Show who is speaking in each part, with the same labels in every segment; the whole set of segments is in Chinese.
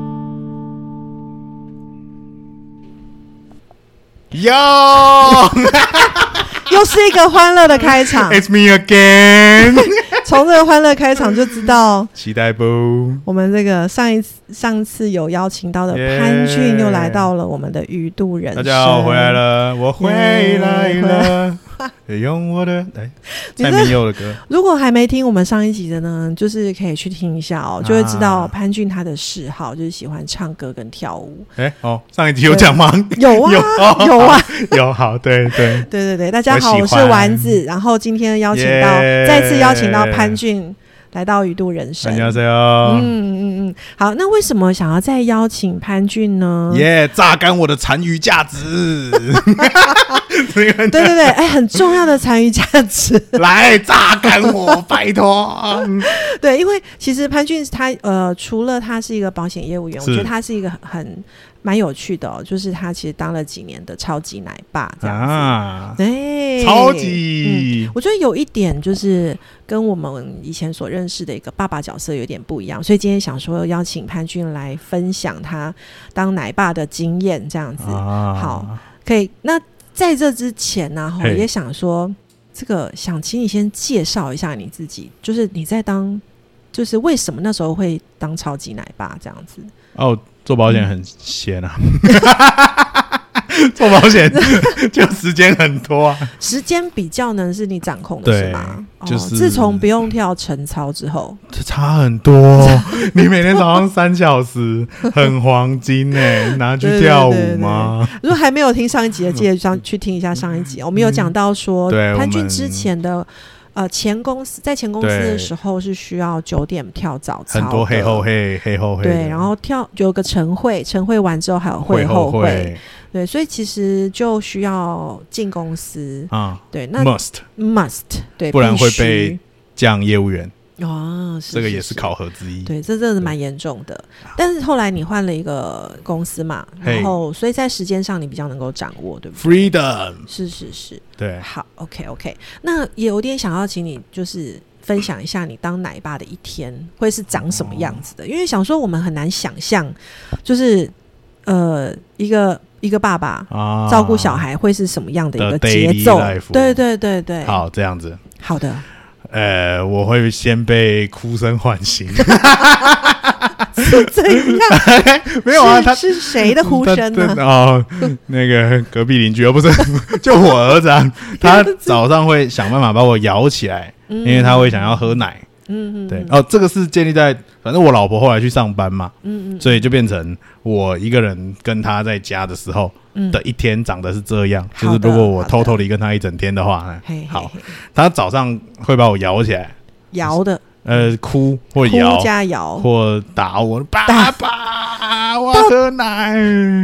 Speaker 1: Yo，It's
Speaker 2: 又是一个欢乐的开场。
Speaker 1: me again 。
Speaker 2: 从这个欢乐开场就知道，
Speaker 1: 期待不？
Speaker 2: 我们这个上一次上次有邀请到的潘俊
Speaker 1: Yeah
Speaker 2: 又来到了我们的鱼度人
Speaker 1: 大
Speaker 2: 生。
Speaker 1: 家好，我回来。了，我回来 了。用我的哎，
Speaker 2: 你
Speaker 1: 蔡
Speaker 2: 这
Speaker 1: 明佑的歌，
Speaker 2: 如果还没听我们上一集的呢，就是可以去听一下哦，就会知道
Speaker 1: 啊
Speaker 2: 潘俊他的嗜好就是喜欢唱歌跟跳舞。
Speaker 1: 哎哦，上一集有讲吗？
Speaker 2: 有啊，
Speaker 1: 有哦
Speaker 2: 有啊。
Speaker 1: 有，好，对对，
Speaker 2: 对对对，大家
Speaker 1: 我
Speaker 2: 好，
Speaker 1: 喜
Speaker 2: 我是
Speaker 1: 欢
Speaker 2: 丸子。然后今天邀请到
Speaker 1: Yeah
Speaker 2: 再次邀请到潘俊来到鱼度人生
Speaker 1: 大。家
Speaker 2: 嗯
Speaker 1: 好，
Speaker 2: 嗯嗯，好，那为什么想要再邀请潘俊呢？
Speaker 1: 耶，榨干我的残余价 值，
Speaker 2: 对对对，哎，很重要的参与价值。
Speaker 1: 来榨干我，拜 托。
Speaker 2: 对，因为其实潘俊他呃，除了他是一个保险业务员，我
Speaker 1: 是
Speaker 2: 觉得他是一个很很蛮有趣的、哦，就是他其实当了几年的超级奶爸这样子。
Speaker 1: 啊，
Speaker 2: 对，
Speaker 1: 超级
Speaker 2: 我觉得有一点就是跟我们以前所认识的一个爸爸角色有点不一样，所以今天想说邀请潘俊来分享他当奶爸的经验，这样子、
Speaker 1: 啊
Speaker 2: 嗯好，可以。那在这之前呢、我
Speaker 1: 嘿
Speaker 2: 也想说，这个想请你先介绍一下你自己，就是你在当，就是为什么那时候会当超级奶爸这样子？
Speaker 1: 哦，做保险很闲 啊，做保险 就时间很多啊。
Speaker 2: 时间比较呢是你掌控的是
Speaker 1: 对
Speaker 2: 吗？
Speaker 1: 就是
Speaker 2: 哦、自从不用跳晨操之后，
Speaker 1: 这差很多，哦你每天早上三小时，很黄金呢、 拿去跳舞吗？
Speaker 2: 如果还没有听上一集的，记得上去听一下上一集。我们有讲到说，
Speaker 1: 嗯对
Speaker 2: 潘
Speaker 1: 我
Speaker 2: 俊
Speaker 1: 们
Speaker 2: 之前的呃前公司在前公司的
Speaker 1: 对
Speaker 2: 时候是需要九点跳早操的，
Speaker 1: 很多黑后黑，黑后黑的，
Speaker 2: 对，然后跳有个晨会，晨会完之后还有
Speaker 1: 会
Speaker 2: 后
Speaker 1: 会
Speaker 2: 对，所以其实就需要进公司，
Speaker 1: 啊
Speaker 2: 对，那
Speaker 1: ，must
Speaker 2: must 对，
Speaker 1: 不然会
Speaker 2: 必须
Speaker 1: 被降业务员，
Speaker 2: 哦，是
Speaker 1: 这个也是。考
Speaker 2: 是
Speaker 1: 核之一。
Speaker 2: 对，这真的蛮严重的。但是后来你换了一个公司嘛，然
Speaker 1: 嘿
Speaker 2: 后所以在时间上你比较能够掌握，对不对？
Speaker 1: Freedom，
Speaker 2: 是是是。
Speaker 1: 对，
Speaker 2: 好，OK OK，那也有点想要请你就是分享一下你当奶爸的一天会是长什
Speaker 1: 哦
Speaker 2: 么样子的，因为想说我们很难想象，就是呃一个一个爸爸
Speaker 1: 啊，
Speaker 2: 照顾小。孩会是什么样的一个
Speaker 1: 的
Speaker 2: 节
Speaker 1: daily
Speaker 2: 奏，
Speaker 1: life
Speaker 2: 对对对对，
Speaker 1: 好，这样子，
Speaker 2: 好的，
Speaker 1: 呃，我会先被哭声唤醒。
Speaker 2: 是怎样？
Speaker 1: 没有啊，
Speaker 2: 是
Speaker 1: 他
Speaker 2: 是谁的呼声
Speaker 1: 他
Speaker 2: 呢？
Speaker 1: 他哦，那个隔壁邻居，哦不是， 就我儿子啊，他早上会想办法把我摇起来，
Speaker 2: 因
Speaker 1: 因为他会想要，喝奶。
Speaker 2: 嗯嗯嗯，
Speaker 1: 对，哦，这个是建立在，反正我老婆后来去上班嘛，
Speaker 2: 嗯嗯
Speaker 1: 所以就变成我一个人跟他在家的时候
Speaker 2: 嗯
Speaker 1: 的，一天长得是这样。
Speaker 2: 好
Speaker 1: 就是
Speaker 2: 的
Speaker 1: 如果我
Speaker 2: 好的
Speaker 1: 偷偷的跟他一整天的话，
Speaker 2: 嘿，嘿
Speaker 1: 好
Speaker 2: 嘿
Speaker 1: 他早上会把我摇起来，
Speaker 2: 摇的
Speaker 1: 呃，哭或
Speaker 2: 哭
Speaker 1: 摇
Speaker 2: 加摇，
Speaker 1: 或打我，爸爸，我要喝奶。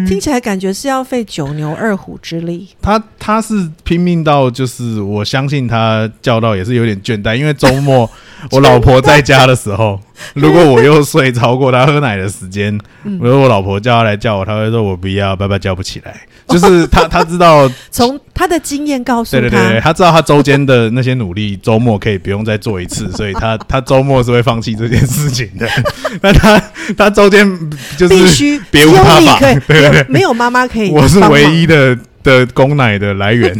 Speaker 2: 听起来感觉是要费九牛二虎之力。
Speaker 1: 他他是拼命到，就是我相信他叫到也是有点倦怠，因为周 末我老婆在家的时候，如果我又睡超过他喝奶的时间，
Speaker 2: 嗯
Speaker 1: 如果我老婆叫他来叫我，他会说我不要，爸爸叫不起来。就是 他他知道，
Speaker 2: 从他的经验告诉
Speaker 1: 对
Speaker 2: 他，
Speaker 1: 对对，对他知道他周间的那些努力，周末可以不用再做一 次，所以他他周末是会放弃这件事情的。 那他他周间就
Speaker 2: 必
Speaker 1: 是
Speaker 2: 须
Speaker 1: 别无
Speaker 2: 只有
Speaker 1: 他
Speaker 2: 你
Speaker 1: 法
Speaker 2: 可以，
Speaker 1: 对对 对
Speaker 2: 没有妈妈可以，
Speaker 1: 我是唯，一的的供奶的来源。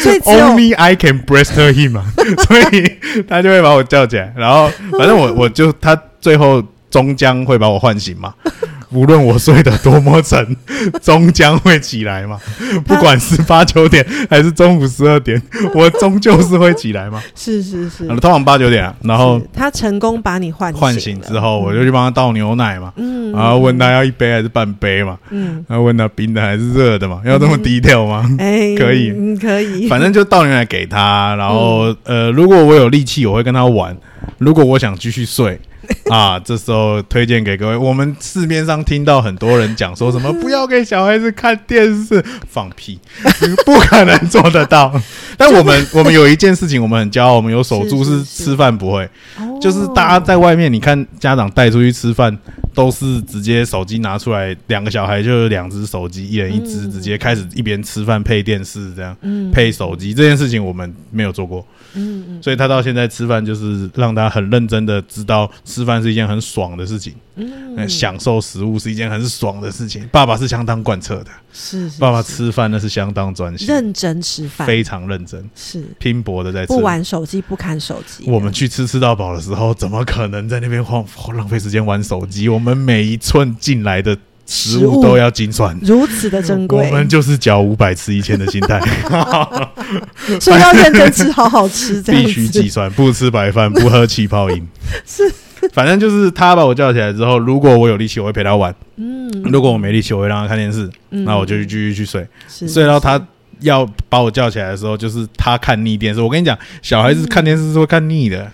Speaker 2: 所以只有
Speaker 1: Only I can breast him 嘛， 所以他就会把我叫起来，然后反正我我就他最后终将会把我唤醒嘛，无论我睡得多么沉，终将会起来嘛，不管是八九点还是中午十二点，我终究是会起来 嘛，
Speaker 2: 是是是，
Speaker 1: 通常八九点啊，然后
Speaker 2: 是他成功把你唤
Speaker 1: 唤
Speaker 2: 醒
Speaker 1: 醒
Speaker 2: 了
Speaker 1: 之，后，我就去帮他倒牛奶嘛，
Speaker 2: 嗯
Speaker 1: 然后问他要一杯还是半杯嘛，
Speaker 2: 嗯，
Speaker 1: 然后问他冰的还是热的嘛，要这么低调吗？
Speaker 2: 哎，
Speaker 1: 可以
Speaker 2: 嗯可以，
Speaker 1: 反正就倒牛奶给他，然
Speaker 2: 嗯
Speaker 1: 后、呃，如果我有力气，我会跟他玩；如果我想继续睡啊，这时候推荐给各位，我们市面上听到很多人讲说什么不要给小孩子看电视，放屁， 不可能做得到。 但我们我们有一件事情我们很骄傲，我们有守住是
Speaker 2: 是是是
Speaker 1: 吃饭不会，
Speaker 2: 哦
Speaker 1: 就是大家在外面，你看家长带出去吃饭，都是直接手机拿出来，两个小孩就两只手机，一人一只，
Speaker 2: 嗯
Speaker 1: 直接开始一边吃饭配电视这样。
Speaker 2: 嗯
Speaker 1: 配手机这件事情我们没有做过，
Speaker 2: 嗯嗯
Speaker 1: 所以他到现在吃饭就是让他很认真的知道吃饭是一件很爽的事情，呃
Speaker 2: 嗯，
Speaker 1: 享受食物是一件很爽的事情。爸爸是相当贯彻的，
Speaker 2: 是是
Speaker 1: 爸爸
Speaker 2: 是
Speaker 1: 吃饭那是相当专心，
Speaker 2: 认真吃饭，
Speaker 1: 哦非常认真，
Speaker 2: 是
Speaker 1: 拼搏的在吃
Speaker 2: 不。玩手机不看手机，
Speaker 1: 我们去吃吃到饱的时候，怎么可能在那边晃浪费时间玩手机？我们每一寸进来的食
Speaker 2: 食
Speaker 1: 物
Speaker 2: 物
Speaker 1: 都要精算。
Speaker 2: 如此的珍
Speaker 1: 我
Speaker 2: 贵，
Speaker 1: 们就是缴五百吃一千的心 态，
Speaker 2: 所以要认真吃，好好吃，这样
Speaker 1: 必
Speaker 2: 子
Speaker 1: 须计算，不吃白饭，不喝气泡饮。
Speaker 2: 是，
Speaker 1: 反正就是他把我叫起来之后，如果我有力气，我会陪他玩；
Speaker 2: 嗯，
Speaker 1: 如果我没力气，我会让他看电视。
Speaker 2: 嗯
Speaker 1: 那我就继续去睡。
Speaker 2: 是
Speaker 1: 睡到他要把我叫起来的时候，就是他看腻电视。我跟你讲，小孩子看电视是会看腻的，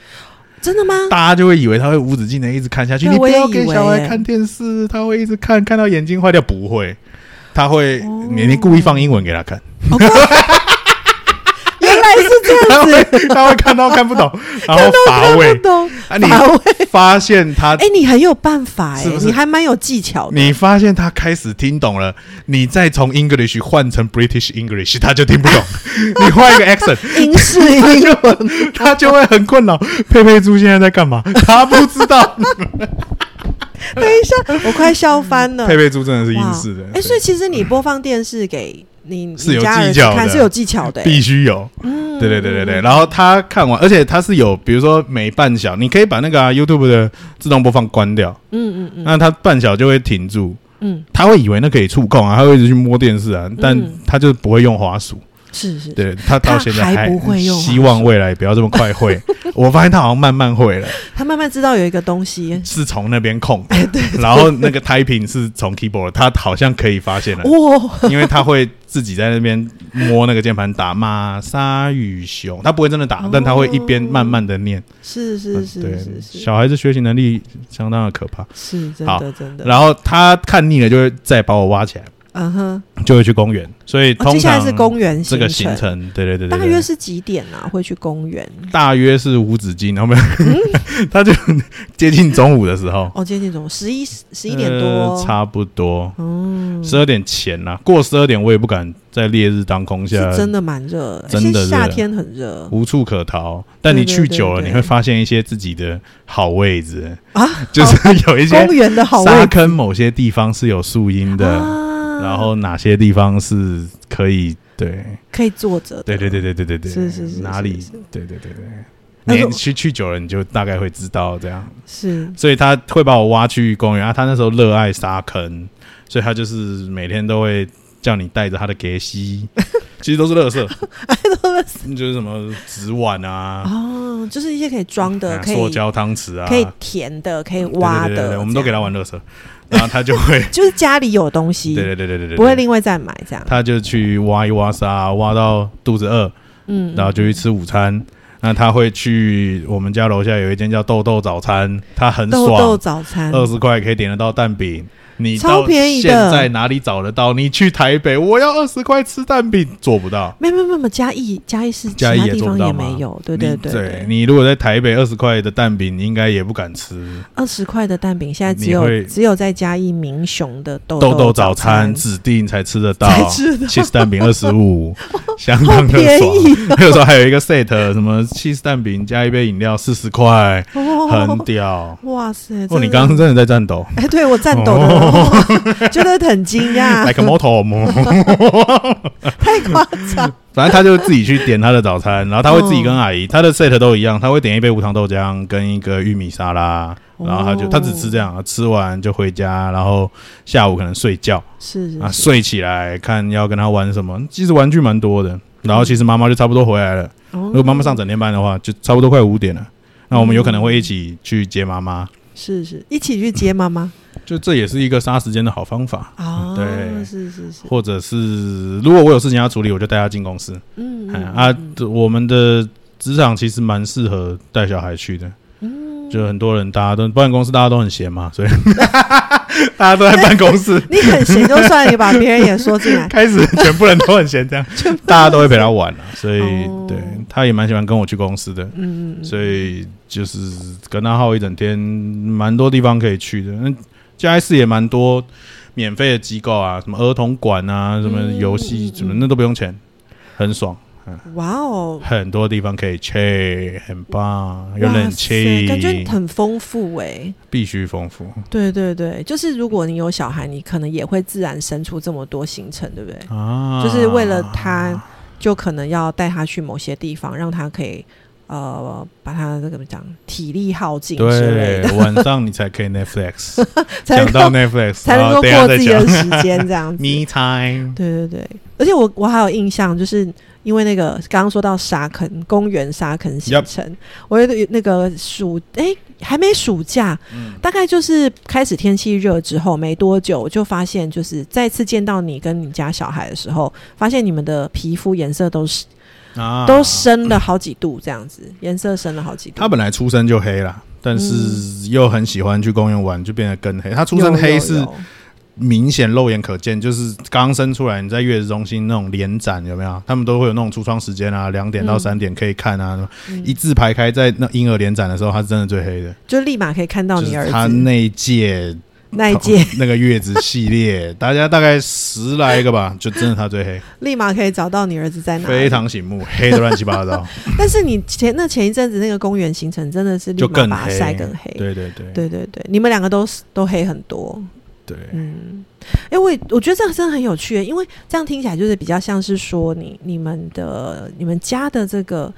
Speaker 2: 真的吗？
Speaker 1: 大家就会以为他会无止境的一直看下去。
Speaker 2: 对
Speaker 1: 你不
Speaker 2: 我也
Speaker 1: 要
Speaker 2: 以
Speaker 1: 给
Speaker 2: 为
Speaker 1: 小孩
Speaker 2: 欸
Speaker 1: 看电视，他会一直看，看到眼睛坏掉。不会，他会
Speaker 2: 哦
Speaker 1: 你你故意放英文给他看，
Speaker 2: 原来是这
Speaker 1: 他
Speaker 2: 样
Speaker 1: 会
Speaker 2: 子，
Speaker 1: 他会看到看不 懂，然后乏
Speaker 2: 看
Speaker 1: 味
Speaker 2: 不。懂。
Speaker 1: 啊，你
Speaker 2: 乏味
Speaker 1: 发现他
Speaker 2: 哎、你很有办法哎、
Speaker 1: 是不是
Speaker 2: 你还蛮有技巧的。
Speaker 1: 你发现他开始听懂了，你再从 English 换成 British English，他就听 不懂。你换一个 accent，
Speaker 2: 英式英
Speaker 1: 他就很他就会很困扰。佩佩猪现在在干嘛？他不知 道。
Speaker 2: 等一下，我快笑翻 了。
Speaker 1: 佩佩猪真的是
Speaker 2: 哇
Speaker 1: 英式的，
Speaker 2: 哎、
Speaker 1: 对嗯
Speaker 2: 所以其实你播放电视给你
Speaker 1: 是有
Speaker 2: 你家人
Speaker 1: 技巧的
Speaker 2: 看是有技巧的、
Speaker 1: 必
Speaker 2: 欸。
Speaker 1: 须有。
Speaker 2: 嗯
Speaker 1: 对对对对对。然后他看完，而且他是有，比如说每半小，你可以把那个、啊、YouTube 的自动播放关掉，
Speaker 2: 嗯嗯嗯
Speaker 1: 那他半小就会停住。
Speaker 2: 嗯，
Speaker 1: 他会以为那可以触控啊，他会一直去摸电视啊，但
Speaker 2: 嗯
Speaker 1: 他就不会用滑鼠。
Speaker 2: 欸是是，
Speaker 1: 对他到现在
Speaker 2: 他还不会用
Speaker 1: 希望未来不要这么快 会。我发现他好像慢慢会了，
Speaker 2: 他慢慢知道有一个东西。
Speaker 1: 是从那边控，
Speaker 2: 哎
Speaker 1: 然后那个 typing 是从 keyboard，他好像可以发现了，
Speaker 2: 哇，
Speaker 1: 因为他会自己在那边摸那个键盘打马鲨鱼熊，他不会真的打
Speaker 2: 哦，
Speaker 1: 但他会一边慢慢的念。
Speaker 2: 是是是
Speaker 1: 嗯对
Speaker 2: 是，是
Speaker 1: 小孩子学习能力相当的可怕。
Speaker 2: 是真
Speaker 1: 好
Speaker 2: 的真的。
Speaker 1: 然后他看腻了，就会再把我挖起来，
Speaker 2: 嗯哼，
Speaker 1: 就会去公园。所以
Speaker 2: 哦
Speaker 1: 通
Speaker 2: 接下来
Speaker 1: 常
Speaker 2: 是公园
Speaker 1: 这个
Speaker 2: 行
Speaker 1: 行程，对对对对对，
Speaker 2: 大约是几点啊？会去公园？
Speaker 1: 大约是无止境，然后没有 他就接近中午的时候，
Speaker 2: 嗯哦，接近总十一十一点多
Speaker 1: 呃，差不多
Speaker 2: 嗯，
Speaker 1: 十二点前啦、过十二点我也不敢在烈日当空下，
Speaker 2: 是真的蛮热，
Speaker 1: 真
Speaker 2: 其实
Speaker 1: 的热
Speaker 2: 夏天很热
Speaker 1: 无处可逃。但你
Speaker 2: 对对
Speaker 1: 去久了，
Speaker 2: 对对
Speaker 1: 你会发现一些自己的好位 置，
Speaker 2: 啊，
Speaker 1: 就是 有一些
Speaker 2: 公园的好位
Speaker 1: 沙
Speaker 2: 置
Speaker 1: 坑，某些地方是有树荫的，
Speaker 2: 啊
Speaker 1: 然后哪些地方是可以对
Speaker 2: 可以坐着的，
Speaker 1: 对对对对对对对，
Speaker 2: 是是是
Speaker 1: 哪里
Speaker 2: 是是
Speaker 1: 对对对对
Speaker 2: 但
Speaker 1: 对，
Speaker 2: 是
Speaker 1: 你去去久了你就大概会知道这样。
Speaker 2: 是
Speaker 1: 所以他会把我挖去公园啊。他那时候热爱沙坑，所以他就是每天都会叫你带着他的给 西，其实都是垃圾，就是什么纸碗啊、
Speaker 2: 哦，就是一些可以装的，
Speaker 1: 啊
Speaker 2: 可
Speaker 1: 塑
Speaker 2: 以
Speaker 1: 胶汤匙啊，
Speaker 2: 可以填的，可以
Speaker 1: 对
Speaker 2: 挖
Speaker 1: 对对对对
Speaker 2: 的，
Speaker 1: 我们都给他
Speaker 2: 这样，
Speaker 1: 玩垃圾， 然后他就 会，
Speaker 2: 就是家里有东西
Speaker 1: 对，对对对对对，
Speaker 2: 不会另外再买这样，
Speaker 1: 他就去挖一挖沙，挖到肚子饿，
Speaker 2: 嗯，
Speaker 1: 然后就去吃午餐。那他会去我们家楼下有一间叫豆豆早餐，他很
Speaker 2: 豆
Speaker 1: 爽，
Speaker 2: 豆早餐，
Speaker 1: 二十块可以点得到蛋饼，你到
Speaker 2: 超便宜的
Speaker 1: 现在哪里找得到？你去台北，我要二十块吃蛋饼，做不到。
Speaker 2: 没有没有没有，嘉义嘉义是其
Speaker 1: 嘉
Speaker 2: 他
Speaker 1: 义也
Speaker 2: 地
Speaker 1: 做不
Speaker 2: 方
Speaker 1: 到
Speaker 2: 也
Speaker 1: 吗
Speaker 2: 没有，对
Speaker 1: 你
Speaker 2: 对
Speaker 1: 对，，你如果在台北二十块的蛋饼，应该也不敢吃。
Speaker 2: 二十块的蛋饼现在只
Speaker 1: 你会
Speaker 2: 有只有在嘉义民雄的豆
Speaker 1: 豆豆
Speaker 2: 早
Speaker 1: 早餐
Speaker 2: 餐
Speaker 1: 指定才吃得到
Speaker 2: 才吃得到
Speaker 1: ，cheese 蛋饼二十 五，相
Speaker 2: 好
Speaker 1: 当的
Speaker 2: 便
Speaker 1: 爽。
Speaker 2: 宜哦
Speaker 1: 有时候还有一个 set，什么 cheese 蛋饼加一杯饮料四十块，
Speaker 2: 哦，
Speaker 1: 很屌。
Speaker 2: 哇塞！
Speaker 1: 哦，
Speaker 2: 真
Speaker 1: 你
Speaker 2: 的
Speaker 1: 刚刚哦真的在战斗
Speaker 2: 哎，对我颤抖的，我 觉得很 惊讶，
Speaker 1: ，like a motor。
Speaker 2: 太夸张。
Speaker 1: 反正他就自己去点他的早餐，然后他会自己跟
Speaker 2: 哦
Speaker 1: 阿姨，他的 set 都一样，他会点一杯无糖豆浆跟一个玉米沙拉，然后他就
Speaker 2: 哦
Speaker 1: 他只吃这样，吃完就回家，然后下午可能睡觉
Speaker 2: 是是
Speaker 1: 啊，
Speaker 2: 是
Speaker 1: 睡起来看要跟他玩什么，其实玩具蛮多的。然后其实妈妈就差不多回来了，
Speaker 2: 哦
Speaker 1: 如果妈妈上整天班的话，就差不多快五点了。那我们有可能会一起去接妈妈，
Speaker 2: 是是一起去接妈妈
Speaker 1: 就这也是一个杀时间的好方法。
Speaker 2: 啊，
Speaker 1: 嗯对
Speaker 2: 是是是，
Speaker 1: 或者是如果我有事情要处理，我就带他进公司。
Speaker 2: 嗯
Speaker 1: 哎
Speaker 2: 嗯
Speaker 1: 啊
Speaker 2: 嗯，
Speaker 1: 我们的职场其实蛮适合带小孩去的，
Speaker 2: 嗯
Speaker 1: 就很多人大家都办公室大家都很闲嘛，所以 大家都在办公室，，
Speaker 2: 你很闲就算，你把别人也说进来
Speaker 1: 开始全部人都很闲， 这样大家都会陪他玩了、啊所以、
Speaker 2: 哦
Speaker 1: 对他也蛮喜欢跟我去公司的。
Speaker 2: 嗯嗯，嗯
Speaker 1: 所以就是跟他耗一整天，蛮多地方可以去的。那嘉义市也蛮多免费的机构啊，什么儿童馆啊，什么游戏
Speaker 2: 嗯嗯
Speaker 1: 什么，那都不用钱，很爽。
Speaker 2: 哇哦，
Speaker 1: 很多地方可以去，很棒，有
Speaker 2: 哇
Speaker 1: 冷气
Speaker 2: 塞，感觉很丰富哎、
Speaker 1: 必须丰富
Speaker 2: 对对对，就是如果你有小孩，你可能也会自然生出这么多行程，对不对？
Speaker 1: 啊，
Speaker 2: 就是为了他，就可能要带他去某些地方，让他可以呃，把他这个怎么讲，体力耗尽之
Speaker 1: 对
Speaker 2: 类的，，
Speaker 1: 晚上你才可以 Netflix，
Speaker 2: 才
Speaker 1: 讲
Speaker 2: 能
Speaker 1: 到
Speaker 2: 够
Speaker 1: Netflix，
Speaker 2: 才能
Speaker 1: 然
Speaker 2: 够
Speaker 1: 后等一下
Speaker 2: 过
Speaker 1: 再
Speaker 2: 自己的
Speaker 1: 讲
Speaker 2: 时间 这样子。
Speaker 1: Me time，
Speaker 2: 对对对，而且我我还有印象，就是因为那个刚刚说到沙坑公园沙坑行
Speaker 1: Yup
Speaker 2: 程我有那个暑哎、还没暑假，
Speaker 1: 嗯
Speaker 2: 大概就是开始天气热之后没多久，我就发现就是再次见到你跟你家小孩的时候，发现你们的皮肤颜色都是
Speaker 1: 啊，
Speaker 2: 都升了好几度，这样子颜色升了好几度。
Speaker 1: 他本来出生就黑啦，但
Speaker 2: 嗯
Speaker 1: 是又很喜欢去公园玩，就变得更黑。他出生
Speaker 2: 有
Speaker 1: 黑
Speaker 2: 有
Speaker 1: 是
Speaker 2: 有
Speaker 1: 明显肉眼可见，就是刚生出来，你在月子中心那种连展有没有？他们都会有那种出窗时间啊，两点到
Speaker 2: 嗯
Speaker 1: 三点可以看啊。
Speaker 2: 嗯
Speaker 1: 一字排开在那婴儿连展的时候，他是真的最黑的，
Speaker 2: 就立马可以看到
Speaker 1: 就
Speaker 2: 你儿
Speaker 1: 是他
Speaker 2: 子
Speaker 1: 那一届
Speaker 2: 那一 届，
Speaker 1: 那个月子系 列，大家大概十来个吧，就真的他最黑，
Speaker 2: 立马可以找到你儿子在哪里。
Speaker 1: 非常醒目，黑的乱七八糟，
Speaker 2: 但是你前那前一阵子那个公园行程真的是立
Speaker 1: 就
Speaker 2: 马
Speaker 1: 更
Speaker 2: 把它
Speaker 1: 黑，
Speaker 2: 晒更黑。
Speaker 1: 对对对
Speaker 2: 对对对你们两个都是都黑很多。
Speaker 1: 对，
Speaker 2: 嗯，哎、我也我觉得这样真的很有趣耶，因为这样听起来就是比较像是说你你们的你们家的这个。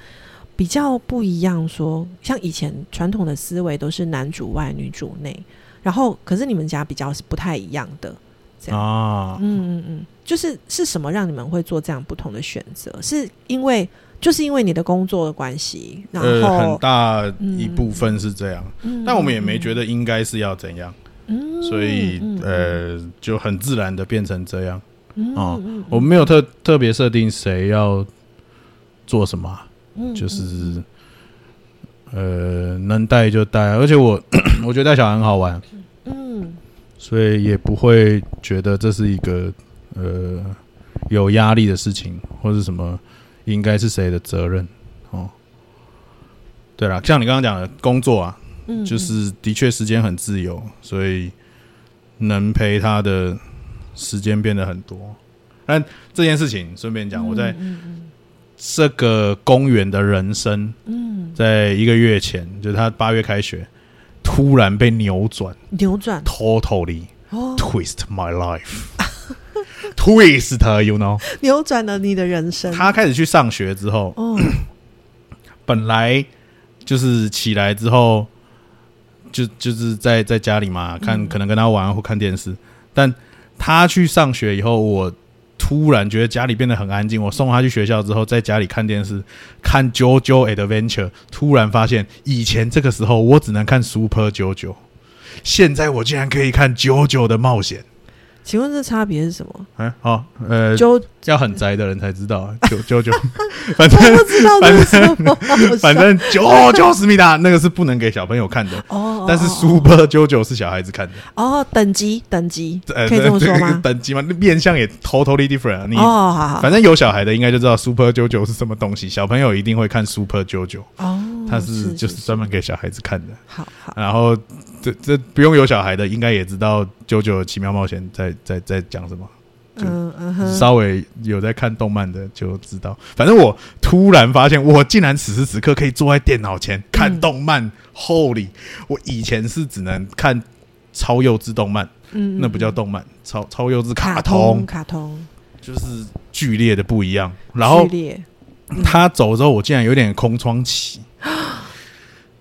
Speaker 2: 比较不一样说像以前传统的思维都是男主外女主内，然后可是你们家比较是不太一样的，这样
Speaker 1: 啊，
Speaker 2: 嗯嗯嗯，就是是什么让你们会做这样不同的选择？是因为就是因为你的工作的关系，然后、
Speaker 1: 呃，很大一部分是这样，
Speaker 2: 嗯
Speaker 1: 但我们也没觉，得应该是要怎样，
Speaker 2: 嗯
Speaker 1: 所以
Speaker 2: 嗯
Speaker 1: 呃，就很自然的变成这样。
Speaker 2: 嗯
Speaker 1: 哦
Speaker 2: 嗯嗯
Speaker 1: 我们没有特特别设定谁要做什么啊、
Speaker 2: 嗯
Speaker 1: 就是呃，能带就带啊，而且我 我觉得带小孩很好玩，
Speaker 2: 嗯
Speaker 1: 所以也不会觉得这是一个呃有压力的事情，或是什么应该是谁的责任哦。对啦，像你刚刚讲的工作啊，
Speaker 2: 嗯，
Speaker 1: 就是的确时间很自由，所以能陪他的时间变得很多。但这件事情顺便讲，我在
Speaker 2: 嗯
Speaker 1: 这个公园的人生，
Speaker 2: 嗯嗯
Speaker 1: 在一个月前，就是他八月开学，突然被扭转
Speaker 2: 扭转
Speaker 1: ，totally
Speaker 2: 哦，
Speaker 1: twist my life 。Twist，you know，
Speaker 2: 扭转了你的人生。
Speaker 1: 他开始去上学之后，
Speaker 2: 嗯哦，
Speaker 1: 本来就是起来之后，就就是在在家里嘛，看
Speaker 2: 嗯
Speaker 1: 可能跟他玩或看电视。但他去上学以后，我突然觉得家里变得很安静。我送他去学校之后，在家里看电视，看《JoJo Adventure》，突然发现以前这个时候我只能看 Super JoJo，现在我竟然可以看 JoJo 的冒险。
Speaker 2: 请问这差别是什么？
Speaker 1: 嗯，好，呃，
Speaker 2: 就
Speaker 1: 要很宅的人才知道 JoJo，反
Speaker 2: 我
Speaker 1: 正
Speaker 2: 不知道这是什么好笑，
Speaker 1: 反正哦 JoJo 思密达那个是不能给小朋友看的。
Speaker 2: 哦，
Speaker 1: 但是
Speaker 2: 哦
Speaker 1: Super JoJo 是小孩子看的，
Speaker 2: 哦等级等级
Speaker 1: 呃，
Speaker 2: 可以这么说吗
Speaker 1: 个？ 等级嘛，那面相也 totally different 啊。你、
Speaker 2: 哦，好好
Speaker 1: 反正有小孩的应该就知道 Super JoJo 是什么东西，小朋友一定会看 Super JoJo，
Speaker 2: 哦，
Speaker 1: 它
Speaker 2: 是
Speaker 1: 是就是专门给小孩子看的。
Speaker 2: 好好
Speaker 1: 然后这这不用有小孩的，应该也知道 JoJo 的奇妙冒险在在在讲什么。就
Speaker 2: 嗯嗯哼，
Speaker 1: 稍微有在看动漫的就知道，反正我突然发现，我竟然此时此刻可以坐在电脑前看动漫。Holy！我以前是只能看超幼稚动漫，
Speaker 2: 嗯嗯
Speaker 1: 那不叫
Speaker 2: 嗯
Speaker 1: 动漫，超超幼稚
Speaker 2: 卡
Speaker 1: 卡通，
Speaker 2: 卡通，
Speaker 1: 就是剧烈的不一样。然后
Speaker 2: 剧烈嗯
Speaker 1: 他走之后，我竟然有点空窗 期，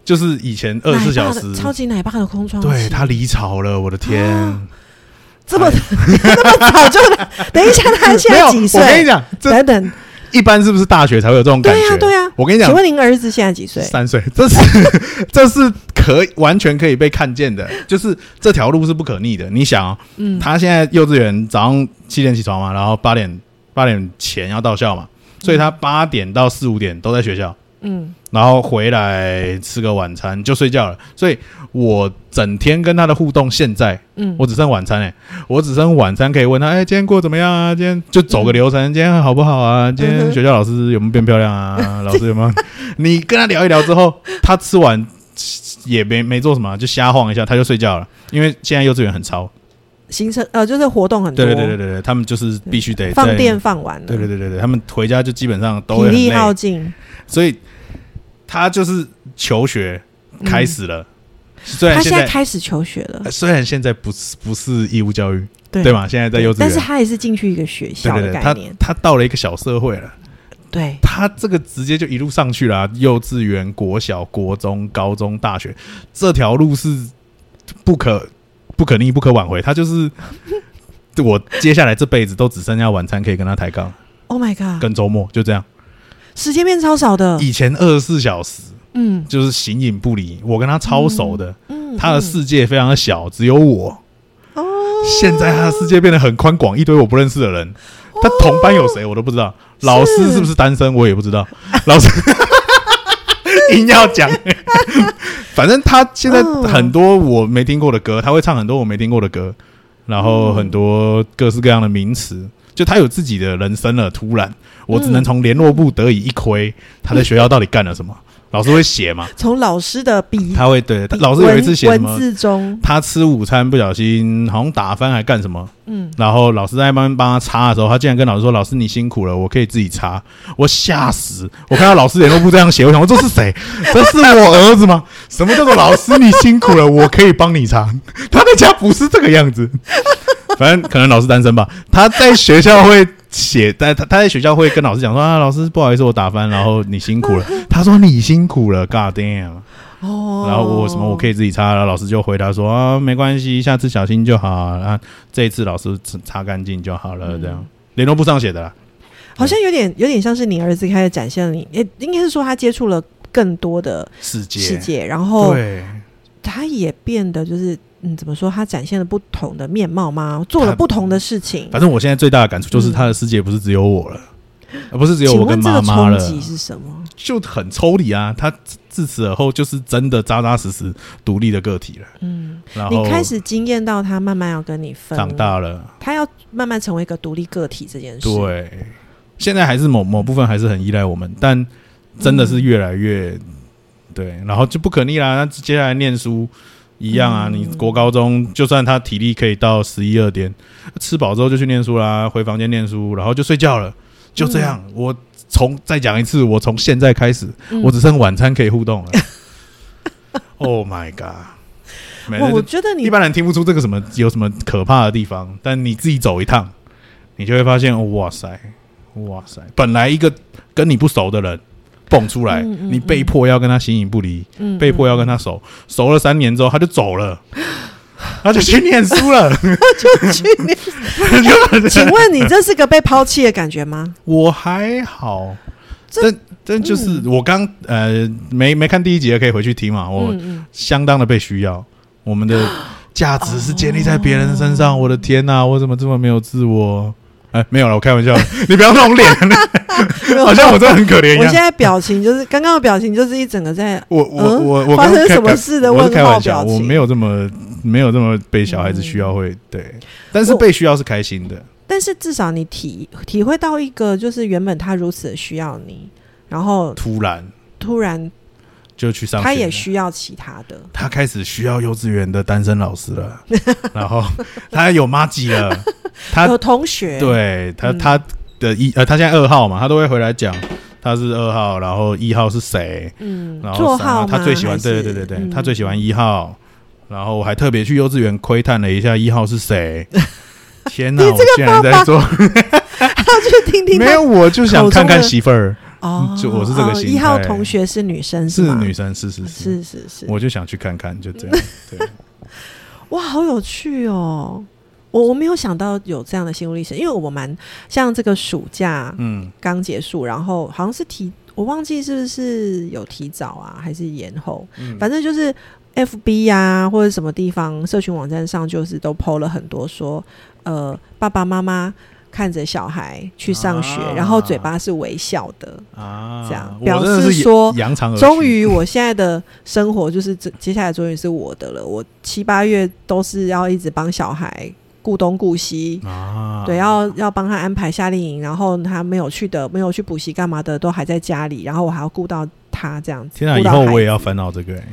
Speaker 1: 就是以前二十四
Speaker 2: 奶
Speaker 1: 小
Speaker 2: 爸的
Speaker 1: 时，
Speaker 2: 超级奶爸的空窗期，
Speaker 1: 对他哎离巢了，我的天！
Speaker 2: 这么那么早就来，等一下他现
Speaker 1: 没有，我
Speaker 2: 在几
Speaker 1: 跟你
Speaker 2: 岁？
Speaker 1: 讲，这
Speaker 2: 等等，
Speaker 1: 一般是不是大学才会有这种感
Speaker 2: 对
Speaker 1: 觉？
Speaker 2: 呀对呀，
Speaker 1: 我跟你讲
Speaker 2: 请，问您儿子现在几岁？
Speaker 1: 三岁，这是 这是可以完全可以被看见的，就是这条路是不可逆的。你想、哦，
Speaker 2: 嗯，
Speaker 1: 他现在幼稚园早上七点起床嘛，然后八点八点前要到校嘛，所以他八点到四五点都在学校，
Speaker 2: 嗯
Speaker 1: 然后回来吃个晚餐就睡觉了。所以我整天跟他的互动，现在
Speaker 2: 嗯，
Speaker 1: 我只剩晚餐哎、我只剩晚餐可以问他，哎、今天过得怎么样啊？今天就走个流程，今天好不好啊？今
Speaker 2: 嗯
Speaker 1: 天
Speaker 2: 哼
Speaker 1: 学校老师有没有变漂亮 啊？老师有没有？你跟他聊一聊之后，他吃完也没没做什么，就瞎晃一下，他就睡觉了。因为现在幼稚园很吵，
Speaker 2: 行程呃，就是活动很多，
Speaker 1: 对对对对对对，他们就是必须得
Speaker 2: 放
Speaker 1: 在
Speaker 2: 电放完了，
Speaker 1: 对对对对对，他们回家就基本上都
Speaker 2: 体
Speaker 1: 会很
Speaker 2: 力耗
Speaker 1: 累，
Speaker 2: 尽，
Speaker 1: 所以他就是求学开始了。虽然嗯
Speaker 2: 他
Speaker 1: 现
Speaker 2: 现
Speaker 1: 在
Speaker 2: 在开始求学了
Speaker 1: 呃，虽然现在不是不是义务教育，
Speaker 2: 对
Speaker 1: 对？吗？现在在幼稚
Speaker 2: 但是
Speaker 1: 园，
Speaker 2: 他也是进去一个学
Speaker 1: 对
Speaker 2: 校
Speaker 1: 对
Speaker 2: 的
Speaker 1: 对，
Speaker 2: 概
Speaker 1: 他
Speaker 2: 念，
Speaker 1: 他到了一个小社会了，
Speaker 2: 对
Speaker 1: 他这个直接就一路上去了啊、幼稚园、国小、国中、高中、大学，这条路是不可不可逆、不可挽回。他就是我接下来这辈子都只剩下晚餐可以跟他抬杠，
Speaker 2: ，Oh my god，
Speaker 1: 跟周末就这样。
Speaker 2: 时间变超少的，
Speaker 1: 以前二十四小时
Speaker 2: 嗯
Speaker 1: 就是形影不离，我跟他超熟的，
Speaker 2: 嗯，
Speaker 1: 他的
Speaker 2: 嗯
Speaker 1: 世界非常的小，只有我。
Speaker 2: 哦，
Speaker 1: 现在他的世界变得很宽广，一堆我不认识的人。
Speaker 2: 哦
Speaker 1: 他同班有谁我都不知道，老师是不是单身我也不知道，老 师硬要讲，反正他现在
Speaker 2: 嗯
Speaker 1: 很多我没听过的歌，他会唱很多我没听过的歌，然后很多各式各样的名词，就他有自己的人生了。突然，我只能从联络部得以一窥他在学校到底干了什么。老师会写嘛？
Speaker 2: 从老师的笔，
Speaker 1: 他会对，他
Speaker 2: 笔
Speaker 1: 老师有一次写什
Speaker 2: 文
Speaker 1: 么
Speaker 2: 文？字中，
Speaker 1: 他吃午餐不小心好像打翻还干什么，
Speaker 2: 嗯，
Speaker 1: 然后老师在帮帮他擦的时候，他竟然跟老师说：“老师你辛苦了，我可以自己擦。”我吓死！我看到老师联络部这样写，我想说这是谁？这是我儿子吗？什么叫做老师你辛苦了，我可以帮你擦？他在家不是这个样子，反正可能老师单身吧。他在学校会写，在他他在学校会跟老师讲说：“啊，老师不好意思，我打翻，然后你辛苦了。”他说：“你辛苦了，God damn。”
Speaker 2: 哦，
Speaker 1: 然后我什么我可以自己擦，然后老师就回答说啊，没关系，下次小心就好啊，这一次老师擦擦干净就好了，这样联络簿上写的啦，
Speaker 2: 好像有点有点像是你儿子开始展现了你，也应该是说他接触了更多的
Speaker 1: 世界
Speaker 2: 世界，哦然后
Speaker 1: 对，
Speaker 2: 他也变得就是嗯，怎么说？他展现了不同的面貌吗？做了不同的事情。
Speaker 1: 反正我现在最大的感触就是他的世界不是只有我了，而不是只有
Speaker 2: 嗯请
Speaker 1: 我跟
Speaker 2: 问这
Speaker 1: 妈
Speaker 2: 个
Speaker 1: 妈
Speaker 2: 冲
Speaker 1: 了，
Speaker 2: 击是什么？
Speaker 1: 就很抽离啊，他自此而后就是真的扎扎实实独立的个体了，
Speaker 2: 嗯，
Speaker 1: 然后
Speaker 2: 你开始惊艳到他慢慢要跟你分，
Speaker 1: 长，大了，
Speaker 2: 他要慢慢成为一个独立个体这件事。，
Speaker 1: 对，现在还是某某部分还是很依赖我们，但真的是越来越、对，然后就不可逆啦。那接下来念书一样啊，
Speaker 2: 嗯
Speaker 1: 你国高中就算他体力可以到十一二点，吃饱之后就去念书啦，回房间念书，然后就睡觉了，就这样。我从再讲一次，我从现在开始，
Speaker 2: 嗯
Speaker 1: 我只剩晚餐可以互动了。oh my god！每
Speaker 2: 哇，
Speaker 1: 天
Speaker 2: 我觉得
Speaker 1: 一
Speaker 2: 你
Speaker 1: 般人听不出这个什么有什么可怕的地方，但你自己走一趟，你就会发现，哦哇塞，哇塞，本来一个跟你不熟的人蹦出来，
Speaker 2: 嗯嗯
Speaker 1: 你被迫要跟他形影不离，
Speaker 2: 嗯
Speaker 1: 被迫要跟他熟，熟了三年之后他就走了，他就去念书了。
Speaker 2: 嗯请问你这是个被抛弃的感觉吗？
Speaker 1: 我还好，
Speaker 2: 这嗯
Speaker 1: 但但就是我刚呃没没看第一集的可以回去听嘛，我
Speaker 2: 嗯嗯，
Speaker 1: 相当的被需要。我们 的价值是建立在别人身
Speaker 2: 哦
Speaker 1: 上。我的天呐、我怎么这么没有自我？哎，没有了，我开玩 笑的，你不要弄脸， 好像我真的很可怜一
Speaker 2: 我现
Speaker 1: 样。
Speaker 2: 在表情就是刚刚的表情，就是一整个在
Speaker 1: 我我
Speaker 2: 嗯
Speaker 1: 我我
Speaker 2: 发
Speaker 1: 刚
Speaker 2: 生
Speaker 1: 开
Speaker 2: 什么事的
Speaker 1: 我是
Speaker 2: 问
Speaker 1: 开
Speaker 2: 号
Speaker 1: 玩笑，
Speaker 2: 表情。嗯
Speaker 1: 我没有这么没有这么被小孩子需要会对，但是
Speaker 2: 我
Speaker 1: 被需要是开心的。
Speaker 2: 但是至少你体体会到一个，就是原本他如此的需要你，然后
Speaker 1: 突然
Speaker 2: 突然
Speaker 1: 就去上学了，
Speaker 2: 他也需要其他的，
Speaker 1: 他开始需要幼稚园的单身老师 了，然后他有妈吉了，他
Speaker 2: 有同学，，
Speaker 1: 对他，
Speaker 2: 嗯
Speaker 1: 他的一呃，他现在二号嘛，他都会回来讲他是二号，然后一号是谁，
Speaker 2: 嗯
Speaker 1: 然，后
Speaker 2: 座
Speaker 1: 三号
Speaker 2: 号
Speaker 1: 他
Speaker 2: 吗
Speaker 1: 最喜欢，
Speaker 2: 还
Speaker 1: 对
Speaker 2: 是
Speaker 1: 对对对对，
Speaker 2: 嗯
Speaker 1: 他最喜欢一号，然后我还特别去幼稚园窥探了一下一号是 谁。天哪！
Speaker 2: 你
Speaker 1: 我
Speaker 2: 这个
Speaker 1: 竟然
Speaker 2: 爸
Speaker 1: 在
Speaker 2: 爸
Speaker 1: 做，
Speaker 2: 他去听听
Speaker 1: 没有，
Speaker 2: 他
Speaker 1: 我就想
Speaker 2: 口
Speaker 1: 看
Speaker 2: 中
Speaker 1: 看
Speaker 2: 的
Speaker 1: 媳妇儿
Speaker 2: 哦，
Speaker 1: 就我是这个
Speaker 2: 哦
Speaker 1: 心态
Speaker 2: 一号同学是女生
Speaker 1: 是
Speaker 2: 吗？
Speaker 1: 女生，是是是，
Speaker 2: 是是是，
Speaker 1: 我就想去看看，就这样。对，
Speaker 2: 哇，好有趣哦。我我没有想到有这样的心路历程，因为我蛮像这个暑假
Speaker 1: 嗯，
Speaker 2: 刚结束，然后好像是提我忘记是不是有提早啊，还是延后，
Speaker 1: 嗯
Speaker 2: 反正就是 FB 呀、或者什么地方社群网站上，就是都 PO 了很多说，呃，爸爸妈妈看着小孩去上学，
Speaker 1: 啊
Speaker 2: 然后嘴巴是微笑的。
Speaker 1: 啊，
Speaker 2: 这样
Speaker 1: 我
Speaker 2: 表
Speaker 1: 真的
Speaker 2: 示
Speaker 1: 是
Speaker 2: 说
Speaker 1: 扬长而去
Speaker 2: 终于，我现在的生活就是这接下来终于是我的了。我七八月都是要一直帮小孩顾东顾西，
Speaker 1: 啊，
Speaker 2: 对，要要帮他安排夏令营，然后他没有去的、没有去补习干嘛的，都还在家里，然后我还要顾到他这样子。
Speaker 1: 天哪！
Speaker 2: 顾
Speaker 1: 以
Speaker 2: 到
Speaker 1: 后
Speaker 2: 孩
Speaker 1: 我也
Speaker 2: 子啊
Speaker 1: 要烦恼这个、欸，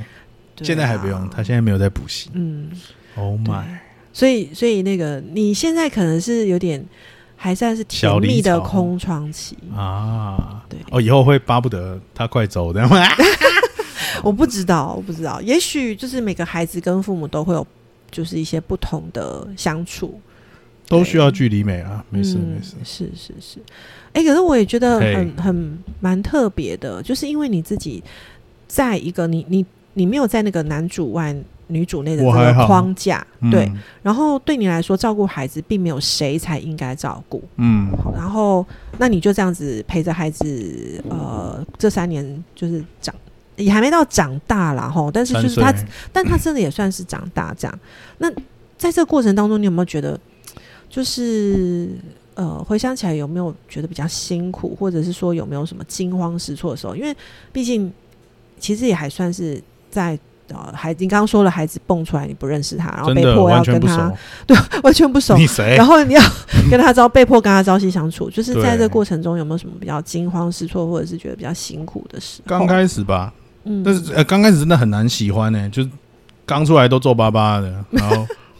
Speaker 1: 现在还不用，他现在没有在补习。
Speaker 2: 在嗯，
Speaker 1: Oh my！
Speaker 2: 所以所以那个你现在可能是有点还算是甜
Speaker 1: 小离
Speaker 2: 蜜的
Speaker 1: 巢
Speaker 2: 空窗期，
Speaker 1: 啊，
Speaker 2: 对
Speaker 1: 哦，以后会巴不得他快走 这样吗？
Speaker 2: 我不知道，我不知道，也许就是每个孩子跟父母都会有就是一些不同的相处，
Speaker 1: 都需要距离美啊，没事
Speaker 2: 嗯
Speaker 1: 没事，
Speaker 2: 是是是，哎、可是我也觉得
Speaker 1: 嘿
Speaker 2: 很很蛮特别的，就是因为你自己在一个你你你没有在那个男主外女主内的这
Speaker 1: 我还
Speaker 2: 个
Speaker 1: 好
Speaker 2: 框架，
Speaker 1: 嗯
Speaker 2: 对，，然后对你来说照顾孩子并没有谁才应该照顾，
Speaker 1: 嗯，
Speaker 2: 然后那你就这样子陪着孩子，呃，这三年就是长。也还没到长大啦，吼，但是
Speaker 1: 三
Speaker 2: 就是
Speaker 1: 岁
Speaker 2: 他，但他真的也算是长大这样。那在这个过程当中，你有没有觉得，就是呃，回想起来有没有觉得比较辛苦，或者是说有没有什么惊慌失措的时候？因为毕竟其实也还算是在呃，孩子你刚刚说了，孩子蹦出来你不认识他，然后
Speaker 1: 真
Speaker 2: 被
Speaker 1: 的
Speaker 2: 迫要
Speaker 1: 完全
Speaker 2: 跟
Speaker 1: 不
Speaker 2: 他
Speaker 1: 熟，
Speaker 2: 完全不熟，
Speaker 1: 你谁
Speaker 2: 然？后你要 跟他朝被迫跟他朝夕相 处，就是在
Speaker 1: 对
Speaker 2: 这个过程中有没有什么比较惊慌失措，或者是觉得比较辛苦的时候？
Speaker 1: 刚开始吧，
Speaker 2: 嗯，
Speaker 1: 但是呃，刚开始真的很难喜欢呢、欸就是刚出来都皱巴巴的，然后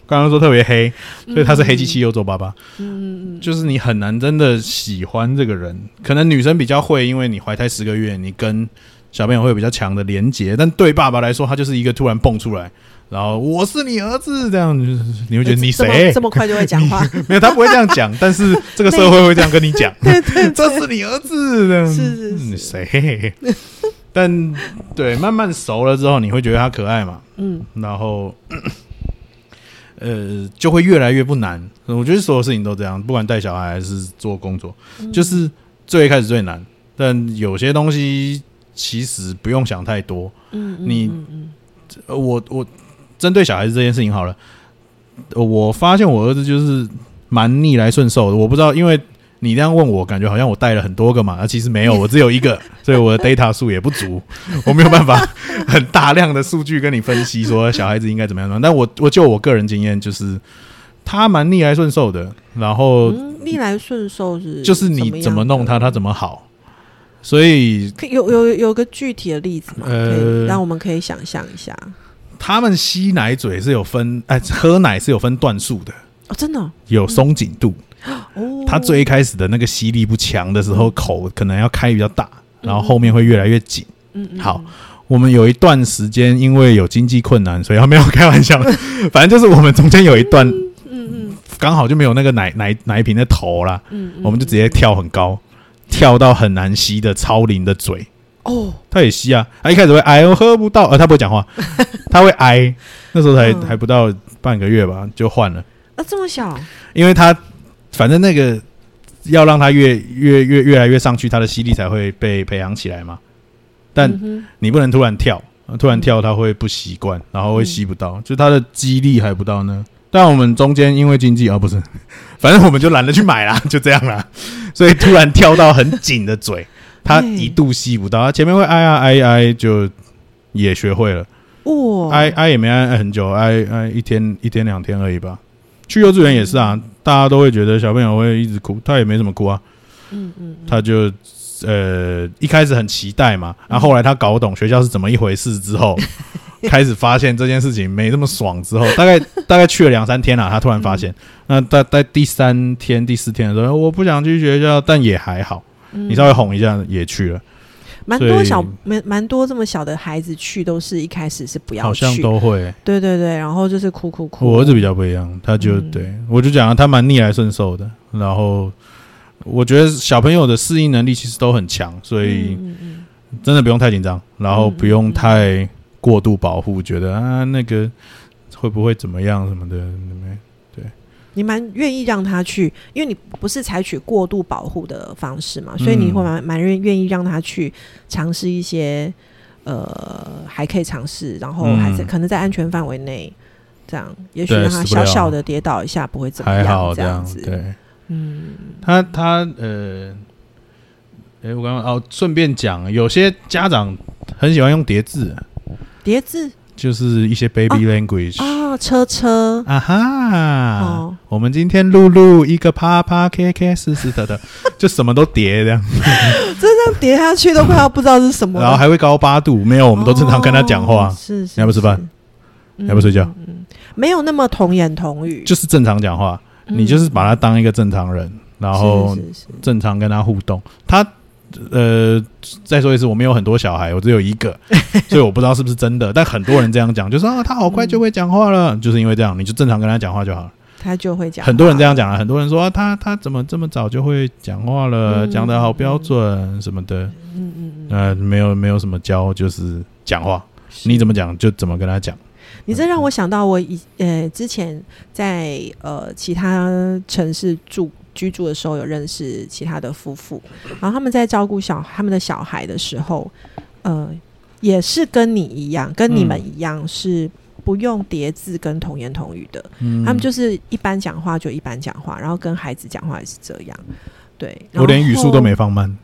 Speaker 1: 刚刚说特别黑，所以他是黑漆漆又皱巴巴，
Speaker 2: 嗯嗯，嗯嗯嗯，
Speaker 1: 就是你很难真的喜欢这个人。可能女生比较会，因为你怀胎十个月，你跟小朋友会有比较强的连结，但对爸爸来说，他就是一个突然蹦出来，然后我是你儿子这样，就是你会觉得你
Speaker 2: 这么
Speaker 1: 谁
Speaker 2: 这？么快就 会讲话？
Speaker 1: 没有，他不会这样讲，但是这个社会会这样跟你 讲，对对，这是你儿子的，
Speaker 2: 是是是
Speaker 1: 嗯谁？ 但对，慢慢熟了之后，你会觉得他可爱嘛，
Speaker 2: 嗯
Speaker 1: 然后。 呃，就会越来越不难。我觉得所有事情都这样，不管带小孩还是做工作，
Speaker 2: 嗯
Speaker 1: 就是最开始最难。但有些东西其实不用想太多，
Speaker 2: 嗯，嗯
Speaker 1: 你
Speaker 2: 嗯嗯
Speaker 1: 呃，我我针对小孩子这件事情好了，呃我发现我儿子就是蛮逆来顺受的。我不知道，因为你这样问我，感觉好像我带了很多个嘛，啊、其实没有，我只有一 个，所以我的 data 数也不足，我没有办法很大量的数据跟你分析说小孩子应该怎么样怎么样。但我我就我个人经验，就是他蛮逆来顺受的，然后
Speaker 2: 嗯逆来顺受是
Speaker 1: 就是你怎么弄他，他怎么好，所以
Speaker 2: 可以有有有个具体的例子吗？
Speaker 1: 呃
Speaker 2: 可以让我们可以想象一下。
Speaker 1: 他们吸奶嘴是有分，哎，喝奶是有分段数的，
Speaker 2: 哦，真的哦
Speaker 1: 有松紧度。
Speaker 2: 哦，
Speaker 1: 他最一开始的那个吸力不强的时候，口可能要开比较大，然后后面会越来越紧。
Speaker 2: 嗯嗯
Speaker 1: 好，我们有一段时间因为有经济困难，所以他没有开玩 笑，反正就是我们中间有一段
Speaker 2: 嗯嗯
Speaker 1: 刚好就没有那个奶奶奶瓶的头啦，
Speaker 2: 嗯嗯，
Speaker 1: 我们就直接跳很高，跳到很难吸的超龄的嘴。
Speaker 2: 哦，
Speaker 1: 他也吸啊，他一开始会哎我喝不到，呃，他不会讲 话，他会哎，那时候才
Speaker 2: 嗯
Speaker 1: 还不到半个月吧，就换了。
Speaker 2: 那这么小，
Speaker 1: 因为他反正那个要让他越越越越来越上去，他的吸力才会被培养起来嘛。但
Speaker 2: 嗯
Speaker 1: 你不能突然跳，呃突然跳他会不习惯，然后会吸不到，就他的肌力还不到呢。但我们中间因为经济啊，不是，反正我们就懒得去买啦， 就这样啦。所以突然跳到很紧的嘴，他
Speaker 2: 嗯
Speaker 1: 一度吸不到，他前面会挨啊挨一挨就也学会了。
Speaker 2: 哼哇，
Speaker 1: 挨挨也没挨挨很久，挨挨一天一天两天而已吧。去幼稚园也是啊，大家都会觉得小朋友会一直哭，他也没怎么哭啊，
Speaker 2: 嗯嗯嗯
Speaker 1: 他就呃一开始很期待嘛，然后后来他搞懂学校是怎么一回事之后，开始发现这件事情没那么爽之后，大概大概去了两三天啦、他突然发现，那
Speaker 2: 嗯
Speaker 1: 在在第三天第四天的时候，我不想去学校，但也还好，
Speaker 2: 嗯，
Speaker 1: 你稍微哄一下也去了，
Speaker 2: 蛮
Speaker 1: 所
Speaker 2: 多
Speaker 1: 以
Speaker 2: 小蛮蛮多这么小的孩子去，都是一开始是不要去，
Speaker 1: 好像都会、
Speaker 2: 对对对，然后就是哭哭哭。
Speaker 1: 我儿子比较不一样，他就、
Speaker 2: 嗯
Speaker 1: 对我就讲啊他蛮逆来顺受的，然后我觉得小朋友的适应能力其实都很强，所以
Speaker 2: 嗯嗯
Speaker 1: 真的不用太紧张，然后
Speaker 2: 嗯
Speaker 1: 不用
Speaker 2: 嗯
Speaker 1: 太过度保护，觉得啊那个会不会怎么样什么的，
Speaker 2: 嗯你蛮愿意让他去，因为你不是采取过度保护的方式嘛，所以你会蛮
Speaker 1: 嗯
Speaker 2: 蛮愿愿意让他去尝试一些呃还可以尝试，然后还是、
Speaker 1: 嗯
Speaker 2: 可能在安全范围内。这样，也许
Speaker 1: 对
Speaker 2: 让他
Speaker 1: 死不了
Speaker 2: 小小的跌倒一下不会怎么
Speaker 1: 还好这
Speaker 2: 样，这
Speaker 1: 样
Speaker 2: 子。
Speaker 1: 对。
Speaker 2: 嗯，
Speaker 1: 他他呃，诶，我刚刚哦，顺便讲，有些家长很喜欢用叠字，
Speaker 2: 叠字
Speaker 1: 就是一些 baby language
Speaker 2: 啊，车车，
Speaker 1: 啊哈，
Speaker 2: 哦
Speaker 1: 我们今天露露一个啪啪 K K 死死的的， 就什么都叠 这样，
Speaker 2: 这样叠下去都哦快要不知道是什么了。
Speaker 1: 然后还会高八度，没有，我
Speaker 2: 我
Speaker 1: 们都正常跟他讲话，哎
Speaker 2: 是是
Speaker 1: 你要不要吃饭
Speaker 2: 是
Speaker 1: 你要不要睡觉
Speaker 2: 嗯嗯嗯没有那么童言童语，
Speaker 1: 就是正常讲话，
Speaker 2: 嗯
Speaker 1: 你就是把他当一个正常人，然后
Speaker 2: 是是是
Speaker 1: 正常跟他互动。他呃，再说一次，我没有很多小孩，我只有一 个，所以我不知道是不是真的。但很多人这样讲，就说啊，他好快就会讲话了，就是因为这样，你就正常跟他讲话就好了。
Speaker 2: 他就会讲话，
Speaker 1: 很多人这样讲啊，很多人说、啊、他他怎么这么早就会讲话了，
Speaker 2: 嗯
Speaker 1: 讲的好标准什么的，
Speaker 2: 嗯，嗯嗯嗯，
Speaker 1: 呃，没有没有什么教，就是讲话，
Speaker 2: 是
Speaker 1: 你怎么讲就怎么跟他讲。
Speaker 2: 你这让我想到我以呃之前在呃其他城市住居住的时候，有认识其他的夫妇，然后他们在照顾小他们的小孩的时候，呃，也是跟你一样，跟你
Speaker 1: 嗯
Speaker 2: 们一样、是不用叠字跟童言童语的，
Speaker 1: 嗯，
Speaker 2: 他们就是一般讲话就一般讲话，然后跟孩子讲话也是这样。对，
Speaker 1: 嗯
Speaker 2: 然
Speaker 1: 我连
Speaker 2: 后
Speaker 1: 语速都没放慢。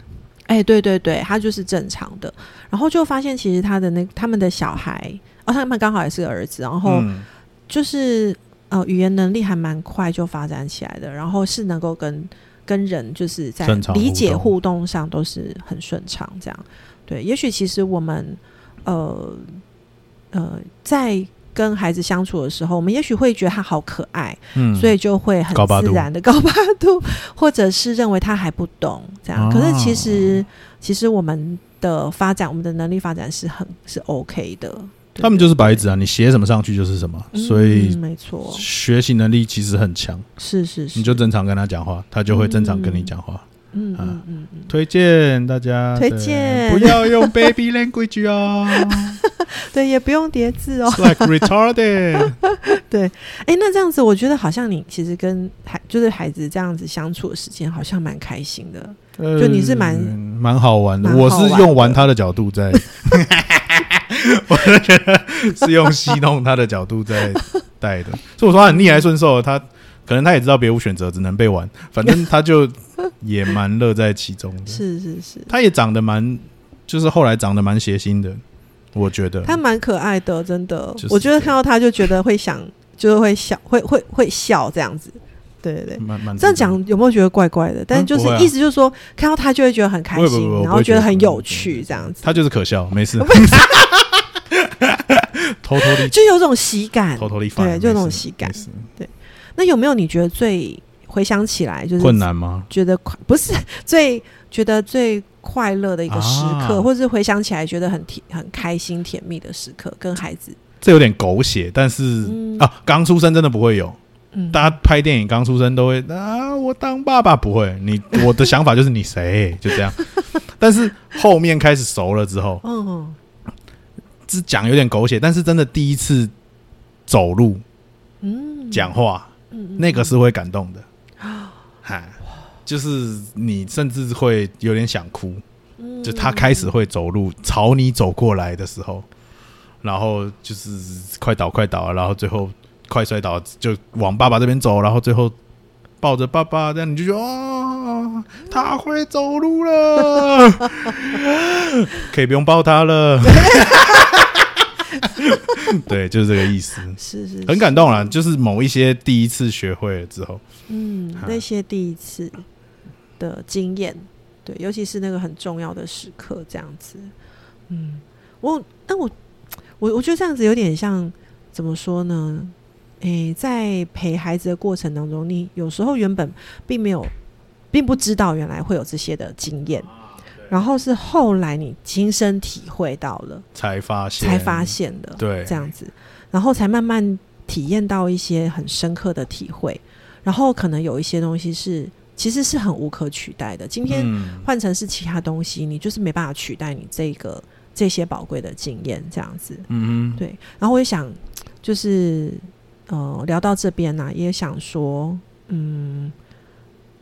Speaker 2: 哎、对对对，他就是正常的。然后就发现，其实他的那他们的小孩，哦，他们刚好也是个儿子，然后
Speaker 1: 嗯
Speaker 2: 就是呃，语言能力还蛮快就发展起来的，然后是能够跟跟人就是在
Speaker 1: 正常
Speaker 2: 理解
Speaker 1: 互动
Speaker 2: 互动上都是很顺畅，这样对。也许其实我们呃呃在。跟孩子相处的时候，我们也许会觉得他好可爱，
Speaker 1: 嗯，
Speaker 2: 所以就会很
Speaker 1: 高八度
Speaker 2: 自然的高八度，或者是认为他还不懂这样。
Speaker 1: 哦
Speaker 2: 可是其实，其实我们的发展，我们的能力发展是很是 OK 的。对
Speaker 1: 他们就是白纸啊，你写什么上去就是什么，
Speaker 2: 对对
Speaker 1: 所以
Speaker 2: 嗯没错，
Speaker 1: 学习能力其实很强。
Speaker 2: 是是是，
Speaker 1: 你就正常跟他讲话，他就会正常跟你讲话。
Speaker 2: 嗯嗯
Speaker 1: 啊
Speaker 2: 嗯嗯，
Speaker 1: 推荐大家的，
Speaker 2: 推荐
Speaker 1: 不要用 baby language 哦
Speaker 2: 对，也不用叠字哦。
Speaker 1: ，it's like retarded。
Speaker 2: 哎，那这样子，我觉得好像你其实跟孩就是孩子这样子相处的时间，好像蛮开心的。
Speaker 1: 就
Speaker 2: 就你是蛮
Speaker 1: 呃蛮好玩的，
Speaker 2: 蛮好
Speaker 1: 我
Speaker 2: 玩的
Speaker 1: 是用玩他的角度 在，我是觉得是用戏弄他的角度在带的，所以我说他很逆来顺受，他可能他也知道别无选择，只能被玩，反正他就也蛮乐在其中的。
Speaker 2: 是是是，
Speaker 1: 他也长得蛮，就是后来长得蛮邪心的，我觉得。
Speaker 2: 他蛮可爱的，哦真的。
Speaker 1: 就是
Speaker 2: 我觉
Speaker 1: 这
Speaker 2: 得
Speaker 1: 样
Speaker 2: 看到他就觉得会想， 就是会笑，会会会笑这样子。对对对。
Speaker 1: 蛮蛮
Speaker 2: 这样讲有没有觉得怪怪的？但是
Speaker 1: 嗯
Speaker 2: 就是
Speaker 1: 不会啊
Speaker 2: 意思就是说，看到他就会觉得很开
Speaker 1: 不会不会
Speaker 2: 心
Speaker 1: 不会，
Speaker 2: 然
Speaker 1: 我不
Speaker 2: 后
Speaker 1: 会
Speaker 2: 觉
Speaker 1: 觉
Speaker 2: 得
Speaker 1: 得
Speaker 2: 很
Speaker 1: 什么
Speaker 2: 有
Speaker 1: 对
Speaker 2: 趣，这样子
Speaker 1: 他就是可笑，没事， 偷偷 的
Speaker 2: 就有种喜感。
Speaker 1: 偷偷的
Speaker 2: 对就有种喜感那有没有你觉得最回想起来就是
Speaker 1: 困难吗？
Speaker 2: 觉得快 不是最觉得最快乐的一个时刻，
Speaker 1: 啊
Speaker 2: 或者是回想起来觉得很甜、很开心、甜蜜的时刻，跟孩子，
Speaker 1: 这有点狗血，但是、
Speaker 2: 嗯
Speaker 1: 啊，刚出生真的不会有。
Speaker 2: 嗯，
Speaker 1: 大家拍电影刚出生都会啊，我当爸爸不会。你我的想法就是你谁就这样，但是后面开始熟了之后，
Speaker 2: 嗯，
Speaker 1: 这讲有点狗血，但是真的第一次走路
Speaker 2: 嗯
Speaker 1: 讲话，
Speaker 2: 嗯
Speaker 1: 那个是会感动 的。哈，就是你甚至会有点想哭，
Speaker 2: 嗯
Speaker 1: 就他开始会走路朝你走过来的时候，然后就是快倒快倒啊，然后最后快摔倒就往爸爸这边走，然后最后抱着爸爸，这样你就觉得哦，他会走路了， 可以不用抱他了。对，就是这个意思，
Speaker 2: 是是
Speaker 1: 很感动啦。就是某一些第一次学会了之后，
Speaker 2: 嗯
Speaker 1: 啊，
Speaker 2: 那些第一次的经验，对，尤其是那个很重要的时刻，这样子，嗯，我，但我，我我觉得这样子有点像，怎么说呢？诶、在陪孩子的过程当中，你有时候原本并没有，并不知道原来会有这些的经验，然后是后来你亲身体会到了，
Speaker 1: 才发现，
Speaker 2: 才发，现的，
Speaker 1: 对，
Speaker 2: 这样子，然后才慢慢体验到一些很深刻的体会，然后可能有一些东西是其实是很无可取代的。今天
Speaker 1: 嗯
Speaker 2: 换成是其他东西，你就是没办法取代你这个这些宝贵的经验，这样子。
Speaker 1: 嗯哼，
Speaker 2: 对，然后我也想就是呃聊到这边呢、也想说嗯。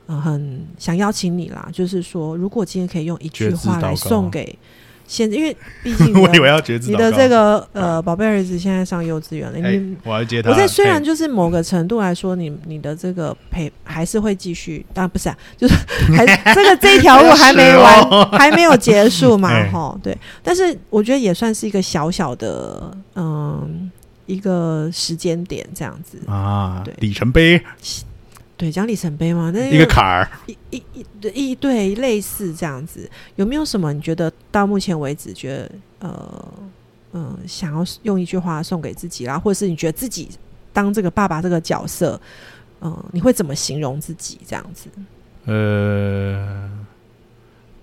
Speaker 2: 呃很想邀请你啦，就是说，如果今天可以用一句
Speaker 1: 绝志
Speaker 2: 话来
Speaker 1: 祷告
Speaker 2: 送给现在，因为毕竟你
Speaker 1: 啊 我
Speaker 2: 的
Speaker 1: 以为要截止
Speaker 2: 你的这个呃，宝贝儿子现在上幼稚园了。
Speaker 1: 哎、
Speaker 2: 你
Speaker 1: 我要接他。哎
Speaker 2: 我在虽然
Speaker 1: 嘿
Speaker 2: 就是某个程度来说，你你的这个陪还是会继续，啊，不是啊， 就是还 这个这一条路还没
Speaker 1: 哎
Speaker 2: 完
Speaker 1: 呀是，哦
Speaker 2: 还没有结束嘛
Speaker 1: 哎，
Speaker 2: 哈，对。但是我觉得也算是一个小小的嗯一个时间点这样子，
Speaker 1: 啊
Speaker 2: 对，
Speaker 1: 里程碑
Speaker 2: 对，讲里程碑嘛，那
Speaker 1: 一个坎儿，
Speaker 2: 一一一对一对类似这样子，有没有什么你觉得到目前为止觉得呃嗯、想要用一句话送给自己啦，或者是你觉得自己当这个爸爸这个角色，嗯、你会怎么形容自己这样子？
Speaker 1: 呃，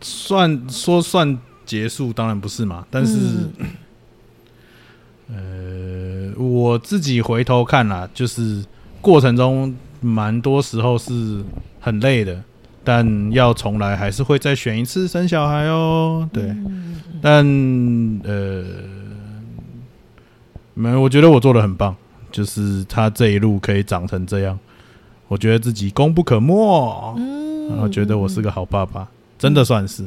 Speaker 1: 算说算结束，当然不是嘛。但是，呃，我自己回头看啦，就是过程中蛮多时候是很累的，但要重来还是会再选一次生小孩哦。对，
Speaker 2: 嗯
Speaker 1: 但呃，没有，我觉得我做的很棒，就是他这一路可以长成这样，我觉得自己功不可没。
Speaker 2: 嗯
Speaker 1: 然后觉得我是个好爸爸，真的算是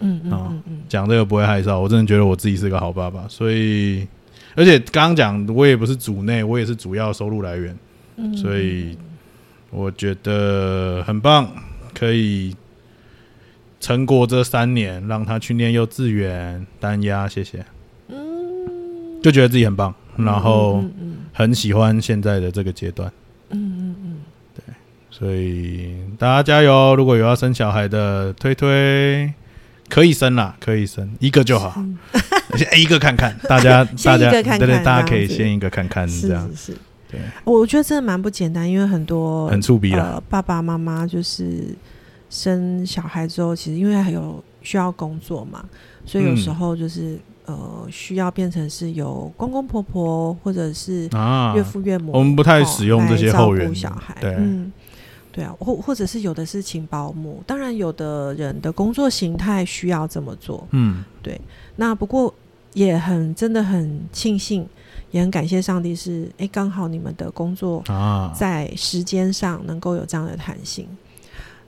Speaker 2: 嗯嗯
Speaker 1: 哦
Speaker 2: 嗯嗯
Speaker 1: 讲这个不会害臊，我真的觉得我自己是个好爸爸，所以而且刚刚讲我也不是主内，我也是主要收入来源，
Speaker 2: 嗯，
Speaker 1: 所以我觉得很棒，可以撑过这三年，让他去念幼稚园单压，谢谢，
Speaker 2: 嗯，
Speaker 1: 就觉得自己很棒，然后
Speaker 2: 嗯嗯
Speaker 1: 很喜欢现在的这个阶段，
Speaker 2: 嗯嗯嗯
Speaker 1: 所以大家加油！如果有要生小孩的，推推可以生啦，可以生一个就好，
Speaker 2: 嗯
Speaker 1: 先一个看看，大家
Speaker 2: 先
Speaker 1: 大
Speaker 2: 一个
Speaker 1: 家
Speaker 2: 看看
Speaker 1: 对
Speaker 2: 这
Speaker 1: 对，
Speaker 2: 样
Speaker 1: 大家可以
Speaker 2: 子
Speaker 1: 先一个看看
Speaker 2: 嗯，是
Speaker 1: 这样，
Speaker 2: 是是，
Speaker 1: 对，
Speaker 2: 我觉得真的蛮不简单，因为很多
Speaker 1: 很触鼻啦。
Speaker 2: 呃，爸爸妈妈就是生小孩之后，其实因为还有需要工作嘛，所以有
Speaker 1: 嗯
Speaker 2: 时候就是、呃，需要变成是由公公婆婆或者是
Speaker 1: 啊
Speaker 2: 岳，父岳母、
Speaker 1: 我们不太
Speaker 2: 哦
Speaker 1: 使用
Speaker 2: 来
Speaker 1: 这些
Speaker 2: 照
Speaker 1: 后
Speaker 2: 顾
Speaker 1: 援
Speaker 2: 小孩，
Speaker 1: 对
Speaker 2: 嗯，对啊，或或者是有的是请保姆，当然有的人的工作形态需要这么做，
Speaker 1: 嗯，
Speaker 2: 那不过也很真的很庆幸，也很感谢上帝是，哎，刚好你们的工作
Speaker 1: 啊，
Speaker 2: 在时间上能够有这样的弹性。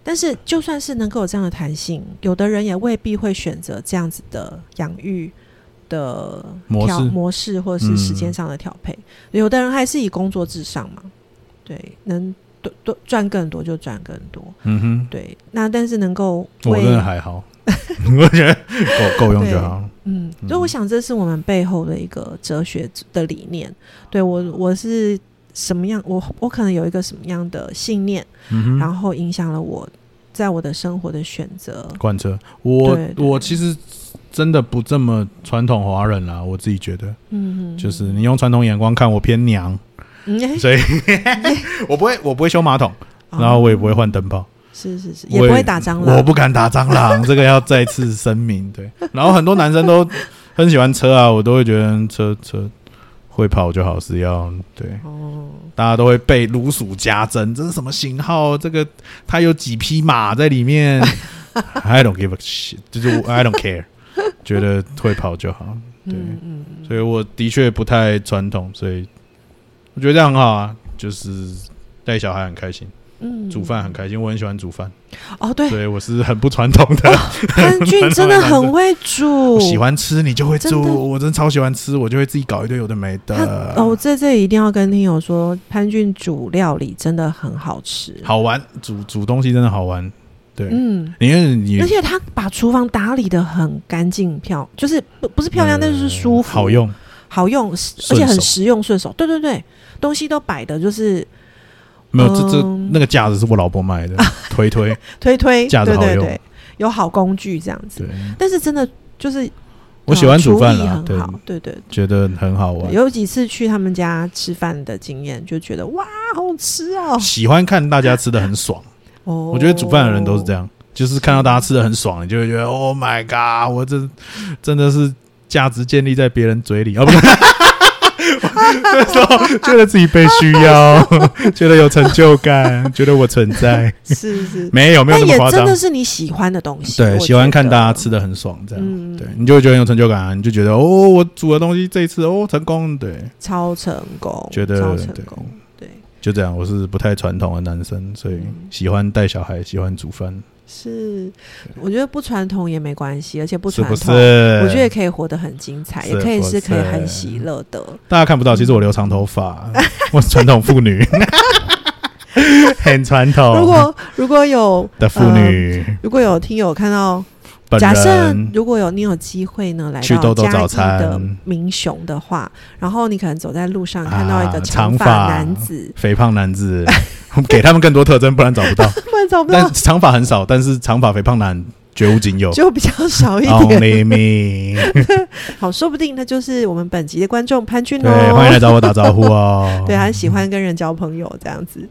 Speaker 2: 但是，就算是能够有这样的弹性，有的人也未必会选择这样子的养育的
Speaker 1: 模
Speaker 2: 调
Speaker 1: 式
Speaker 2: 模式，或者是时间上的调配。有的人还是以工作至上嘛，对，能多多赚更多就赚更多，
Speaker 1: 嗯
Speaker 2: 对。那但是能够
Speaker 1: 哼，我
Speaker 2: 为
Speaker 1: 真的还好， 我觉得够够用就好。
Speaker 2: 嗯，所以我想这是我们背后的一个哲学的理念。对我，我是什么样，我我可能有一个什么样的信念，
Speaker 1: 嗯哼，
Speaker 2: 然后影响了我在我的生活的选择。
Speaker 1: 贯彻我
Speaker 2: 对对
Speaker 1: 我其实真的不这么传统华人啦，我自己觉得，
Speaker 2: 嗯，
Speaker 1: 就是你用传统眼光看我偏娘，
Speaker 2: 嗯，哎哦
Speaker 1: 所以我不会我不会修马桶。然后我也不会换灯泡，
Speaker 2: 是是是，
Speaker 1: 我
Speaker 2: 也不会打蟑
Speaker 1: 我
Speaker 2: 螂。
Speaker 1: 不敢打蟑螂，这个要再次声明。对，然后很多男生都很喜欢车啊，我都会觉得车车会跑就好，是要对，
Speaker 2: 哦，
Speaker 1: 大家都会被如数家珍，这是什么型号？这个它有几匹马在里 面？I don't give a shit，就是我 I don't care，觉得会跑就好。对
Speaker 2: 嗯嗯嗯，
Speaker 1: 所以我的确不太传统，所以我觉得这样很好啊，就是带小孩很开心，
Speaker 2: 嗯
Speaker 1: 煮饭很开心，我很喜欢煮饭。
Speaker 2: 哦，对，
Speaker 1: 对，我是很不传统的，
Speaker 2: 哦安 俊真的很会煮，
Speaker 1: 喜欢吃你就会
Speaker 2: 真
Speaker 1: 做，
Speaker 2: 的
Speaker 1: 我真的超喜欢吃，我就会自己搞一堆有的没
Speaker 2: 他
Speaker 1: 的，
Speaker 2: 哦，我在这里一定要跟听友说，潘俊煮料理真的很好吃。
Speaker 1: 好玩，煮煮东西真的好玩，对，
Speaker 2: 嗯，
Speaker 1: 因为你
Speaker 2: 而且他把厨房打理的很干净漂，就是不不是漂亮，
Speaker 1: 呃
Speaker 2: 但是舒服、
Speaker 1: 好用，
Speaker 2: 好用，而
Speaker 1: 顺手
Speaker 2: 且很实用顺手。对对对，东西都摆的就是
Speaker 1: 没有这这
Speaker 2: 嗯
Speaker 1: 那个架子是我老婆 买的，推推，
Speaker 2: 推推，
Speaker 1: 架子
Speaker 2: 对
Speaker 1: 好
Speaker 2: 对
Speaker 1: 用
Speaker 2: 对，有好工具这样子
Speaker 1: 对。
Speaker 2: 但是真的就是
Speaker 1: 我喜欢煮饭啦
Speaker 2: 啊，，嗯厨艺
Speaker 1: 对
Speaker 2: 很，好，对对
Speaker 1: 觉得很好
Speaker 2: 对
Speaker 1: 玩，
Speaker 2: 有几次去他们家吃饭的经验，就觉得哇，好好吃哦！
Speaker 1: 喜欢看大家吃的很爽，
Speaker 2: 哦，
Speaker 1: 我觉得煮饭的人都是这
Speaker 2: 样。
Speaker 1: 样，就是看到大家吃的很爽，你就会觉得 Oh my God，我这真的是价值建立在别人嘴里，哦不是。那时候觉得自己被需要，觉得有成就感，觉得我存在，
Speaker 2: 是是，
Speaker 1: 没 有没有
Speaker 2: 但
Speaker 1: 那么
Speaker 2: 也
Speaker 1: 夸
Speaker 2: 真
Speaker 1: 张
Speaker 2: 的。是你喜欢的东西，
Speaker 1: 对，
Speaker 2: 我
Speaker 1: 喜欢
Speaker 2: 觉
Speaker 1: 看
Speaker 2: 得
Speaker 1: 大家吃的很爽，这样，
Speaker 2: 嗯，
Speaker 1: 对，你就会觉得很有成就感啊，你就觉得哦，我煮的东西这一次哦成功，对，
Speaker 2: 超成功，
Speaker 1: 觉得
Speaker 2: 超成
Speaker 1: 对
Speaker 2: 功，对，
Speaker 1: 就这样。我是不太传统的男生，所以
Speaker 2: 嗯
Speaker 1: 喜欢带小孩，喜欢煮饭，
Speaker 2: 是，我觉得不传统也没关系，而且不
Speaker 1: 是
Speaker 2: 传
Speaker 1: 不
Speaker 2: 统，
Speaker 1: 是？
Speaker 2: 我觉得也可以活得很精彩，也
Speaker 1: 是
Speaker 2: 可以
Speaker 1: 不
Speaker 2: 是可以很
Speaker 1: 是
Speaker 2: 喜乐的。
Speaker 1: 大家看
Speaker 2: 嗯
Speaker 1: 不到，其实我留长头发， 我是传统妇女，很传统
Speaker 2: 如果如果有
Speaker 1: 的妇女。
Speaker 2: 如果有听友看到，
Speaker 1: 本
Speaker 2: 假设
Speaker 1: 人
Speaker 2: 如果有你有机会呢，来
Speaker 1: 去豆
Speaker 2: 到
Speaker 1: 豆
Speaker 2: 嘉
Speaker 1: 早
Speaker 2: 义的
Speaker 1: 餐
Speaker 2: 民雄的话，然后你可能走在路上看到一个
Speaker 1: 啊
Speaker 2: 长
Speaker 1: 长
Speaker 2: 发
Speaker 1: 发
Speaker 2: 男子，
Speaker 1: 肥胖男子， 给他们更多特征，不然找不到。
Speaker 2: 不然找不到
Speaker 1: 但长发很少，但是长发肥胖男绝无仅有。
Speaker 2: 就比较少一点。
Speaker 1: Only me，
Speaker 2: 好，说不定他就是我们本集的观众潘俊
Speaker 1: 对，欢迎来
Speaker 2: 哦。
Speaker 1: 找我打招呼哦。
Speaker 2: 对，他很喜欢跟人交朋友这样子。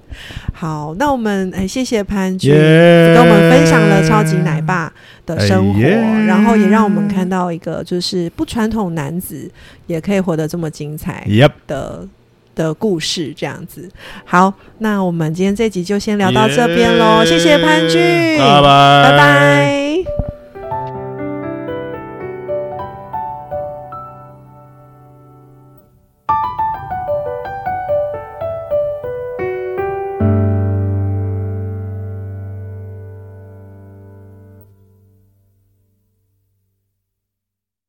Speaker 2: 好，那我们哎，谢谢潘俊。
Speaker 1: 耶，
Speaker 2: 跟我们分享了超级奶爸的生活，
Speaker 1: 呃哎耶
Speaker 2: 然后也让我们看到一个就是不传统男子也可以活得这么精彩
Speaker 1: Yep，
Speaker 2: 的的故事，这样子。好，那我们今天这集就先聊到这边喽，谢谢潘俊，
Speaker 1: 拜拜，
Speaker 2: 拜拜。